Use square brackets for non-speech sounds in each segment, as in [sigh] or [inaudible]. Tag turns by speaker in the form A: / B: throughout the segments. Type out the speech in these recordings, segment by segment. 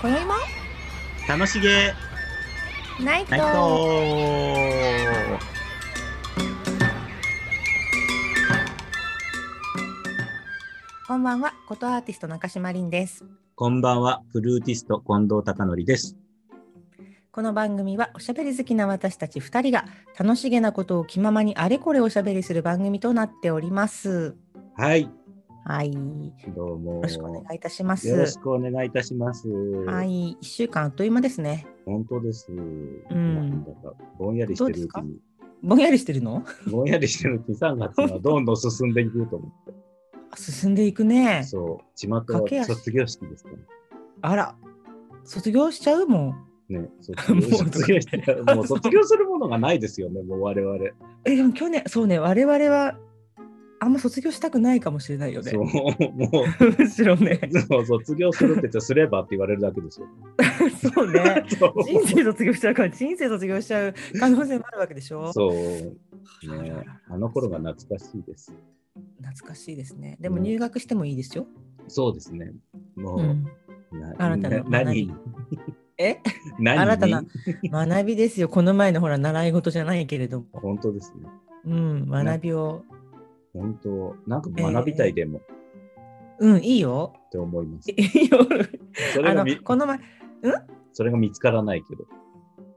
A: 今宵も
B: 楽しげ
A: ナイ
B: ナイ
A: ト
B: ト
A: こんばんはことアーティスト中島凛です
B: こんばんは、フルーティスト近藤孝則です。
A: この番組はおしゃべり好きな私たち2人が楽しげなことを気ままにあれこれおしゃべりする番組となっております
B: はい、
A: はいよ
B: どうも。よ
A: ろしくお願いいたしま
B: ろ
A: す
B: しくお願いいたします。
A: は
B: はい、
A: い一週間あっという間ですね
B: 本当です。
A: ん
B: なんだかぼんやりしてるうち
A: どう
B: に、
A: ぼんやりしてるの
B: ぼんやりしてるうちに3月がどんどん進んでいくと思
A: [laughs]
B: っ
A: 進んでいくね
B: て、そう、ちまたは
A: 駆け足
B: 卒業式ですから
A: あら卒業しちゃうもん
B: ね。卒業
A: [laughs] もう
B: 卒業して
A: [laughs]
B: もう卒業するものがないですよね、もう我々。
A: えでも去年そうね我々はあんま卒業したくないかもしれないよね
B: そう、
A: [laughs]
B: もう。
A: むしろね
B: [laughs] そう卒業するって言ってすればって言われるだけですよ。
A: そうね
B: [laughs] そう
A: 人生卒業しちゃうから人生卒業しちゃう可能性もあるわけでしょ
B: そう、
A: あららら
B: ね。あの頃が懐かしいです。
A: 懐かしいですねでも
B: うん
A: 入学してもいいですよ、
B: そうですね。もう、
A: うん
B: な
A: 新たな
B: な何
A: 学え
B: 何
A: [laughs] 新たな学びですよこの前のほら習い事じゃないけれども、
B: 本当ですね。
A: うん、学びを
B: 本当、なんか学びたいでも、
A: うんいいよ [laughs]
B: って思います。
A: いいよ
B: それ
A: あの
B: がみ
A: この前
B: それが見つからないけど。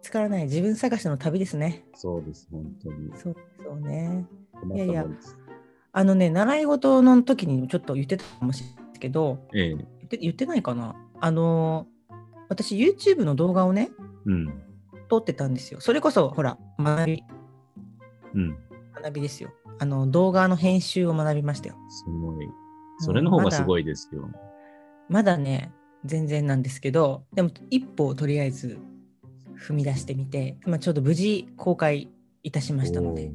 A: 使わない自分探しの旅ですね
B: そうです、本当に。
A: そうそうね
B: 困ったもんです。
A: あのね習い事の時にちょっと言ってたかもしれないですけど
B: ええ。
A: 言って言ってないかなあの私 YouTube の動画をね
B: うん。
A: 撮ってたんですよそれこそほら学び
B: うん。
A: 学びですよあの動画の編集を学びましたよ
B: すごい。それの方がすごいですよ。
A: まだね全然なんですけどでも一歩をとりあえず踏み出してみて今ちょうど無事公開いたしましたので
B: おー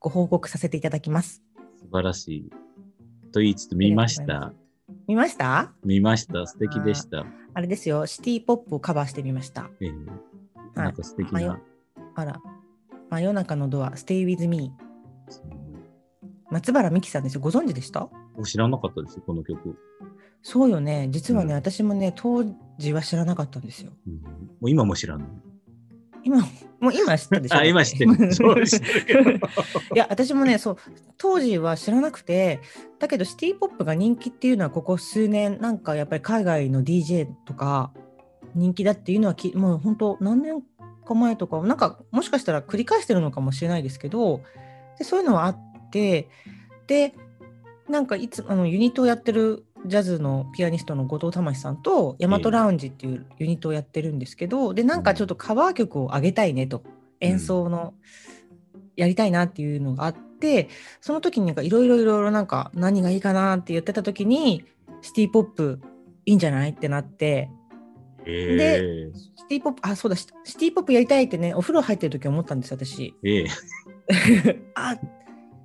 A: ご報告させていただきます
B: 素晴らしい。と言いつつ見まし
A: ありがと
B: た。
A: 見ました
B: 見ました。素敵でした。
A: あれですよシティポップをカバーしてみました
B: ええ。なんか素敵
A: はい
B: な。
A: あら真夜中のドア Stay with me
B: すごい
A: 松原美樹さんですよご存知でした
B: お知らなかったです、この曲。
A: そうよね実はね、
B: うん
A: 私もね当時は知らなかったんですよ
B: うんもう今も知らない。
A: 今もう今知ったでしょ
B: [laughs] あ、今知っ
A: [laughs]
B: てる。そう知ってるけど。
A: いや私もねそう当時は知らなくてだけどシティ・ポップが人気っていうのはここ数年なんかやっぱり海外の DJ とか人気だっていうのはきもう本当何年か前とかなんかもしかしたら繰り返してるのかもしれないですけどでそういうのはあってでなんかいつあのユニットをやってるジャズのピアニストの後藤魂さんとヤマトラウンジっていうユニットをやってるんですけど、でなんかちょっとカバー曲を上げたいねと演奏のやりたいなっていうのがあってその時になんかいろいろいろいろなんか何がいいかなって言ってた時にシティ・ポップいいんじゃないってなって
B: え
A: シティ・ポップあそうだシシティ・ポップやりたいってねお風呂入ってる時思ったんです私。
B: えええ。
A: あ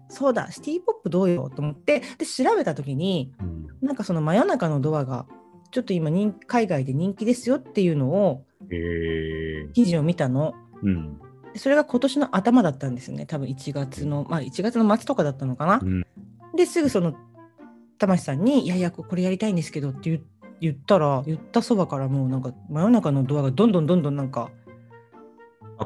A: そうだシティ・ポップどうよと思ってで調べた時に
B: うん
A: なんかその真夜中のドアがちょっと今人海外で人気ですよっていうのを
B: ええ
A: 記事を見たの
B: うん。
A: でそれが今年の頭だったんですね多分1月のまあ1月の末とかだったのかな、
B: うん
A: ですぐその玉木さんに「いやいやこれやりたいんですけど」って言言ったら言ったそばからもうなんか真夜中のドアがどんどんどんどんなんか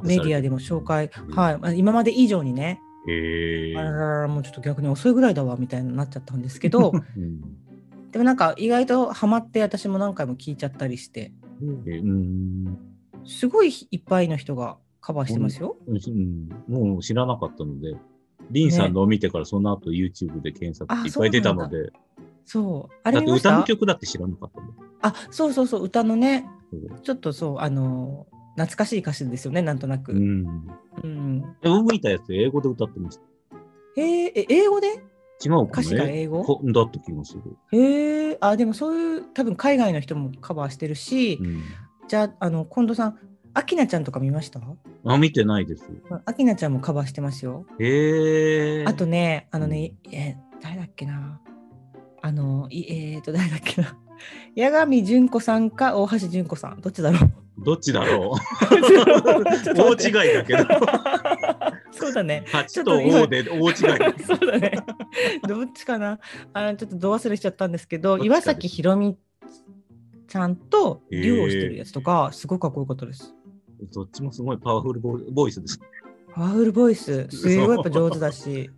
A: メディアでも紹介、
B: うん
A: はいまあ今まで以上にね、
B: ええ
A: あらららもうちょっと逆に遅いぐらいだわみたいになっちゃったんですけ
B: [laughs]
A: ど
B: うん
A: でもなんか意外とハマって私も何回も聞いちゃったりして
B: ええうん。
A: すごいいっぱいの人がカバーしてますよ。
B: うんもう知らなかったので、リンさんのを見てからその後 YouTube で検索っていっぱい出たので、
A: そうあ
B: だ
A: れ
B: っ
A: 見まし
B: て歌の
A: た
B: 曲だって知らなかったもん。
A: あそうそうそう歌のね
B: そう
A: ちょっとそうあのー懐かしい歌詞ですよねなんとなく。
B: う
A: うん
B: ん。え、向いたやつ英語で歌ってまし
A: へーえ英語で
B: た。違うか
A: 歌詞が
B: ね。
A: 英語
B: こだった気がする。
A: へえあでもそういう多分海外の人もカバーしてるし、
B: うん。
A: じゃああの近藤さんアキナちゃんとか見ました
B: あ、見てないです。
A: アキナちゃんもカバーしてますよ。
B: ええ
A: あとね、あのね、え、誰だっけな。あの、いえーと、誰だっけな。八神純子さんか大橋純子さん、どっちだろう。 [laughs]
B: どっちだろう
A: 大
B: 大違いだけど。
A: [laughs] そうだね。
B: 8と O で大違い。
A: [laughs] そうだね。どっちかな。あちょっとど忘れしちゃったんですけど、
B: どっちか
A: 岩
B: です
A: 崎宏美ちゃんとデュオしてるやつとか、すごくかっこよかったです。
B: どっちもすごいパワフルボボイスです。
A: パワフルボイス、すごいやっぱ上手だし、いいで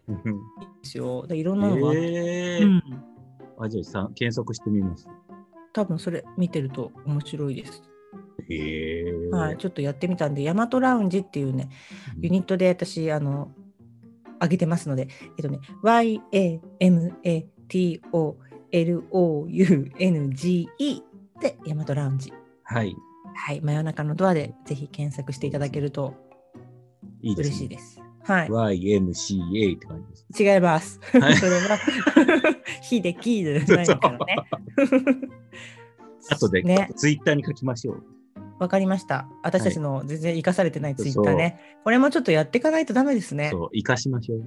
A: すよ。でいろんなのがあって、
B: ええ
A: うん、
B: あ、じゃあさん、検索してみます。
A: 多分それ見てると面白いです。
B: へえ
A: はい、ちょっとやってみたんで、ヤマトラウンジっていうね、ユニットで私、あの、上げてますので、えっとね、YAMATOLOUNGE で、ヤマトラウンジ。
B: はい。
A: はい、真夜中のドアでぜひ検索していただけると
B: いいです、
A: 嬉し
B: ね。
A: いです。はい、
B: YMCA って感じです。
A: 違います。
B: は
A: [laughs]
B: い
A: それは、秀樹じゃないからね。
B: [laughs] 後で、
A: ね、
B: ツイッターに書きましょう。
A: わかりました。私たちの全然生かされてないツイッターね。これもちょっとやっていかないとダメですね。
B: そう、生かしましょう。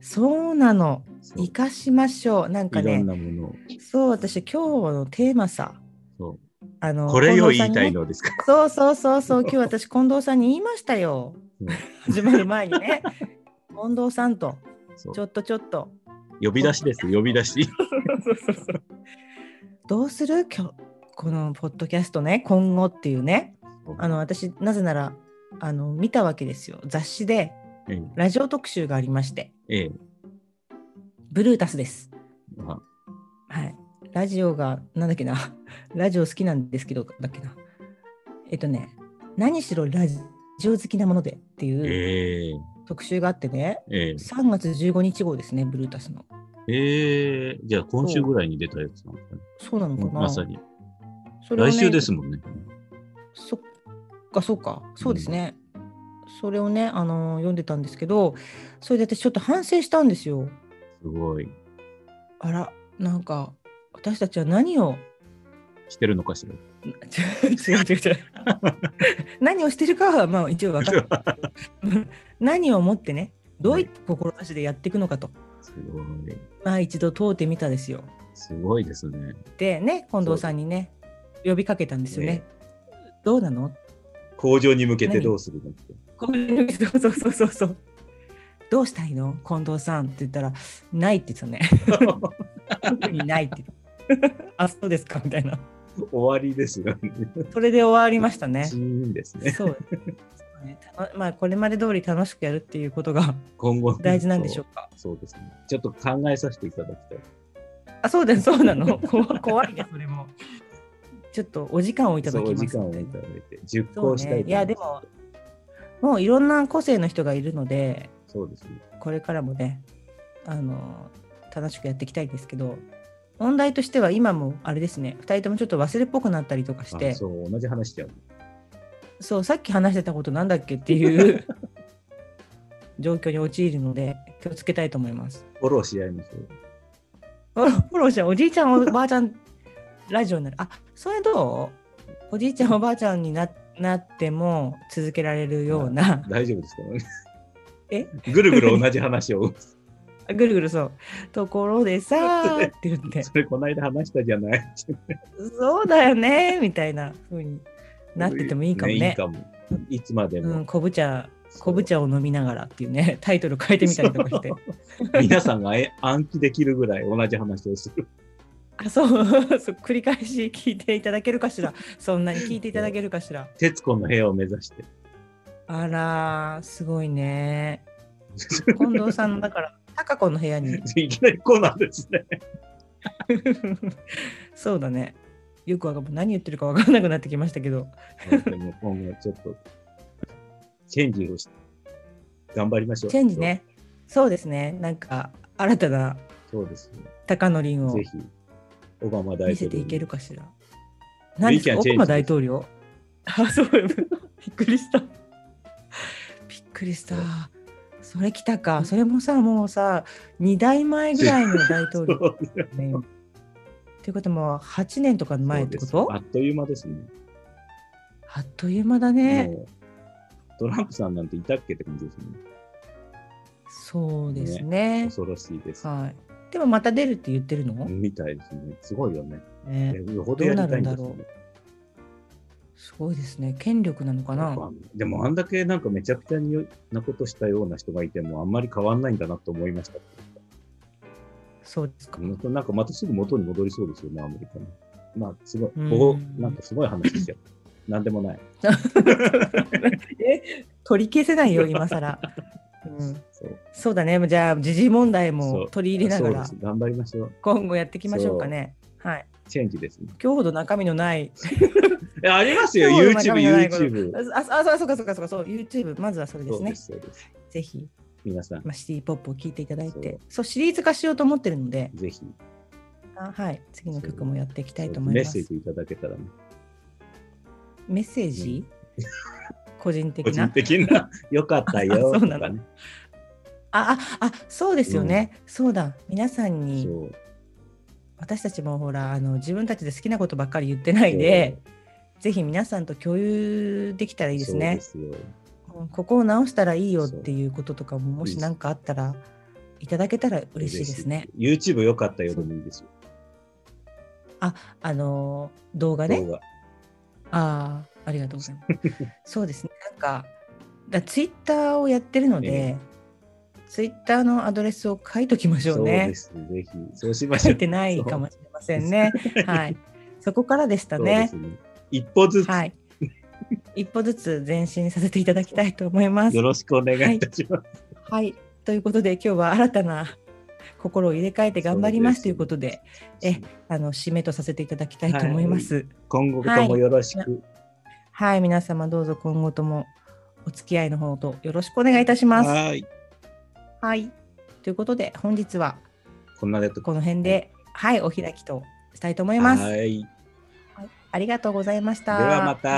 A: そうなの。
B: そう
A: 生かしましょう。なんか
B: いろ
A: ね
B: ん、なものを。
A: そう、私、今日のテーマさ、
B: そ
A: あ
B: う
A: の、
B: これ
A: 近
B: よ、言い
A: 藤
B: た
A: さん
B: い
A: にね。
B: のですか。
A: そうそうそうそう、今日私、近藤さんに言いましたよ
B: うん。
A: 始まる前にね。近藤さんと、
B: そ
A: ちょ
B: う
A: っとちょっと。
B: 呼び出しです、呼び出し。
A: どうする今日、このポッドキャストね、今後っていうね。あの、私、なぜなら、あの、見たわけですよ。雑誌で、
B: [laughs] え
A: ラジオ特集がありまして、
B: えええ
A: ブルータスです。
B: あ
A: はい。ラジオが、なんだっけな、 [laughs] ラジオ好きなんですけど、だっけな。えっとね、何しろラジオ好きなものでっていう
B: ええ
A: 特集があってね、
B: え
A: 3月15日号ですね、ブルータスの。
B: えええじゃあ今週ぐらいに出たやつなのか
A: そうなの
B: な
A: かな。
B: まさに。
A: それをね
B: 来週ですもんね。
A: そっか、そっか、そうですね。それをね、あのー読んでたんですけど、それで私ちょっと反省したんですよ。
B: すごい。
A: あら、なんか、私たちは何を [laughs]
B: してるのかしら。
A: 違う違う違う [laughs] 違う何をしてるかはまあ一応分かった [laughs] 何をもってねどういった志でやっていくのかと、
B: すごい。
A: まあ一度問うてみたですよ
B: すごいですね。
A: でね近藤さんにね呼びかけたんですよね、どうなの
B: 向上に向けてどうするのって。
A: こういうそうそうそうそうそうどうしたいの近藤さんって言ったらないって言ってた
B: [laughs]
A: ね特にないって言ってたあそうですかみたいな
B: 終わりですよね。
A: それで終わりましたね
B: シーンですね。
A: そうそうねたのまあこれまで通り楽しくやるっていうことが
B: 今後
A: 大事なんでしょう
B: う。
A: か。
B: そうですね。ちょっと考えさせていただきたい。
A: あ、そうです、そうな
B: [laughs]
A: の。怖怖いね、それも。ちょっとお時間をいた
B: そ
A: だ
B: う
A: き
B: お
A: ます
B: 時間を
A: の
B: い
A: で。
B: ただいて、熟
A: そう
B: 考したいと思
A: ね。
B: ます
A: いや、でも、もういろんな個性の人がいるので、
B: そうですね。
A: これからもね、あの、楽しくやっていきたいですけど、問題としては今もあれですね、2人ともちょっと忘れっぽくなったりとかして、
B: あ
A: そう
B: そう、同じ話しちゃう。
A: さっき話してたことなんだっけっていう [laughs] 状況に陥るので、気をつけたいと思います。
B: フォローし合いましょう。
A: フォローフォローしちゃうおじいちゃんおばあちゃんラジオになるあそれどうおじいちゃんおばあちゃんにななっても続けられるような
B: 大丈夫ですか
A: え
B: ぐるぐる同じ話
A: [laughs]
B: を。
A: あぐるぐるそうところでさーって言って
B: それこないだ話したじゃない。
A: そうだよねみたいな風になっててもいいかもね
B: いいかも。いつまで
A: う
B: も
A: ん、。昆布茶昆布茶を飲みながらっていうね [laughs] タイトル変えてみたりとかして
B: そう皆さんがえ暗記できるぐらい同じ話をする。 [laughs]
A: あそう [laughs] そう繰り返し聞いていただけるかしらそんなに聞いていただけるかしら
B: 徹子の部屋を目指して。
A: あらーすごいね近藤さんのだから高子の部屋に [laughs]
B: いきなりこうなんですね。
A: そうだねよくわかん何言ってるかわかんなくなってきましたけど
B: でも今後ちょっと、チェンジをして、頑張りましょう。
A: チェンジ。ねそうですねなんか新たな
B: そうですね。
A: 高のりんを
B: ぜひ、オバマ大統領に。
A: 見せていけるかしら
B: い
A: 何
B: いキャ
A: で
B: ンチ
A: オ
B: ェンジ
A: バマ大統
B: [laughs]
A: 領あそうよ [laughs] びっくりしたびっくりしたそれ来たかそれもさもうさ2代前ぐらいの大統領
B: そう
A: ね今っていうことも8年とか前ってこ
B: [laughs] そう
A: と
B: ですあっという間ですね。
A: あっという間だね。
B: もうトランプさんなんていたっけって感じですね。
A: そうですね。
B: 恐ろしいです。
A: はい。でもまた出るって言ってるの、
B: みたいですね。すごいよね。
A: ね
B: よほどやりたいんです
A: どうな
B: よ
A: るん
B: ね。
A: すごいですね。権力なのかな
B: わかんないでもあんだけなんかめちゃくちゃになことしたような人がいてもあんまり変わんないんだなと思いました。
A: そうですか。
B: なんかまたすぐ元に戻りそうですよね、アメリカに。まあ、すごい、
A: うん
B: ここ、なんかすごい話しちゃう。なんでもない。
A: え取り消せないよ今
B: [laughs]
A: 更、うん、
B: そう
A: そうだねじゃあ時事問題
B: そ
A: も
B: う
A: 取り入れながら
B: そうです頑張りましょう。
A: 今後やっていきましょうかねはい
B: チェンジですね。
A: 今日ほど中身のない
B: え、ありますよ、
A: 今日の中
B: YouTube、
A: 身のないこと
B: YouTube。
A: ああそうあそうかそうかそうかそう YouTube まずはそれで
B: そ
A: す
B: う
A: ね
B: です、そうです。
A: ぜひ、
B: 皆さん、
A: まあ、シティポップを聴いていただいて
B: そ
A: そううシリーズ化しようと思ってるので
B: ぜひ、
A: あはい次の曲もやっていきたいと思い
B: メッ
A: ます
B: セージいただけたらね、
A: メッセージ、個人的
B: 個人
A: な
B: 的な、 [laughs] よかったよ、
A: あ
B: と
A: [laughs] そうなの
B: かね。
A: あああそうですよね、そうだ皆さんに
B: そう。
A: 私たちもほらあの自分たちで好きなことばっかり言ってないでぜひ皆さんと共有できたらい
B: そ
A: ういですね
B: そうですよ
A: うんここを直したらいいよっていうこととかももし何かあったらいただけたら嬉しいですね。
B: 嬉しい。YouTube よかったよでもいいですよ。
A: あの動画ね
B: 動画。
A: ああ、ありがとうござい
B: [laughs]
A: ます。そうですね。なんか、だツイッターをやってるので、
B: え
A: ツイッターのアドレスを書いときましょ
B: そうう
A: ね
B: で。す。ぜひ、そうしまし
A: 書
B: ょ。
A: いうてないかもしれません
B: [laughs]
A: ね。はい。そこからでした
B: そうで
A: ね
B: す。ね。一歩ずつ、
A: はい。一歩ずつ前進させていただきたいと思います
B: よ。ろしくお願いいたします。
A: はい。ということで、今日は新たな心を入れ替えて頑張ります
B: そうです
A: ということで、えあの締めとさせていただきたいと思います。
B: 今後ともよろしく。
A: はい、皆様どうぞ今後ともお付き合いの方とよろしくお願いいたします。
B: はい。
A: はい。ということで本日は
B: こんなでと
A: この辺で、はい、お開きとしたいと思います。
B: はい。で
A: ありがとうございました。
B: はま
A: うん
B: た。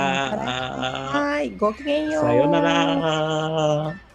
A: はい、ごきげんよう。
B: さようなら。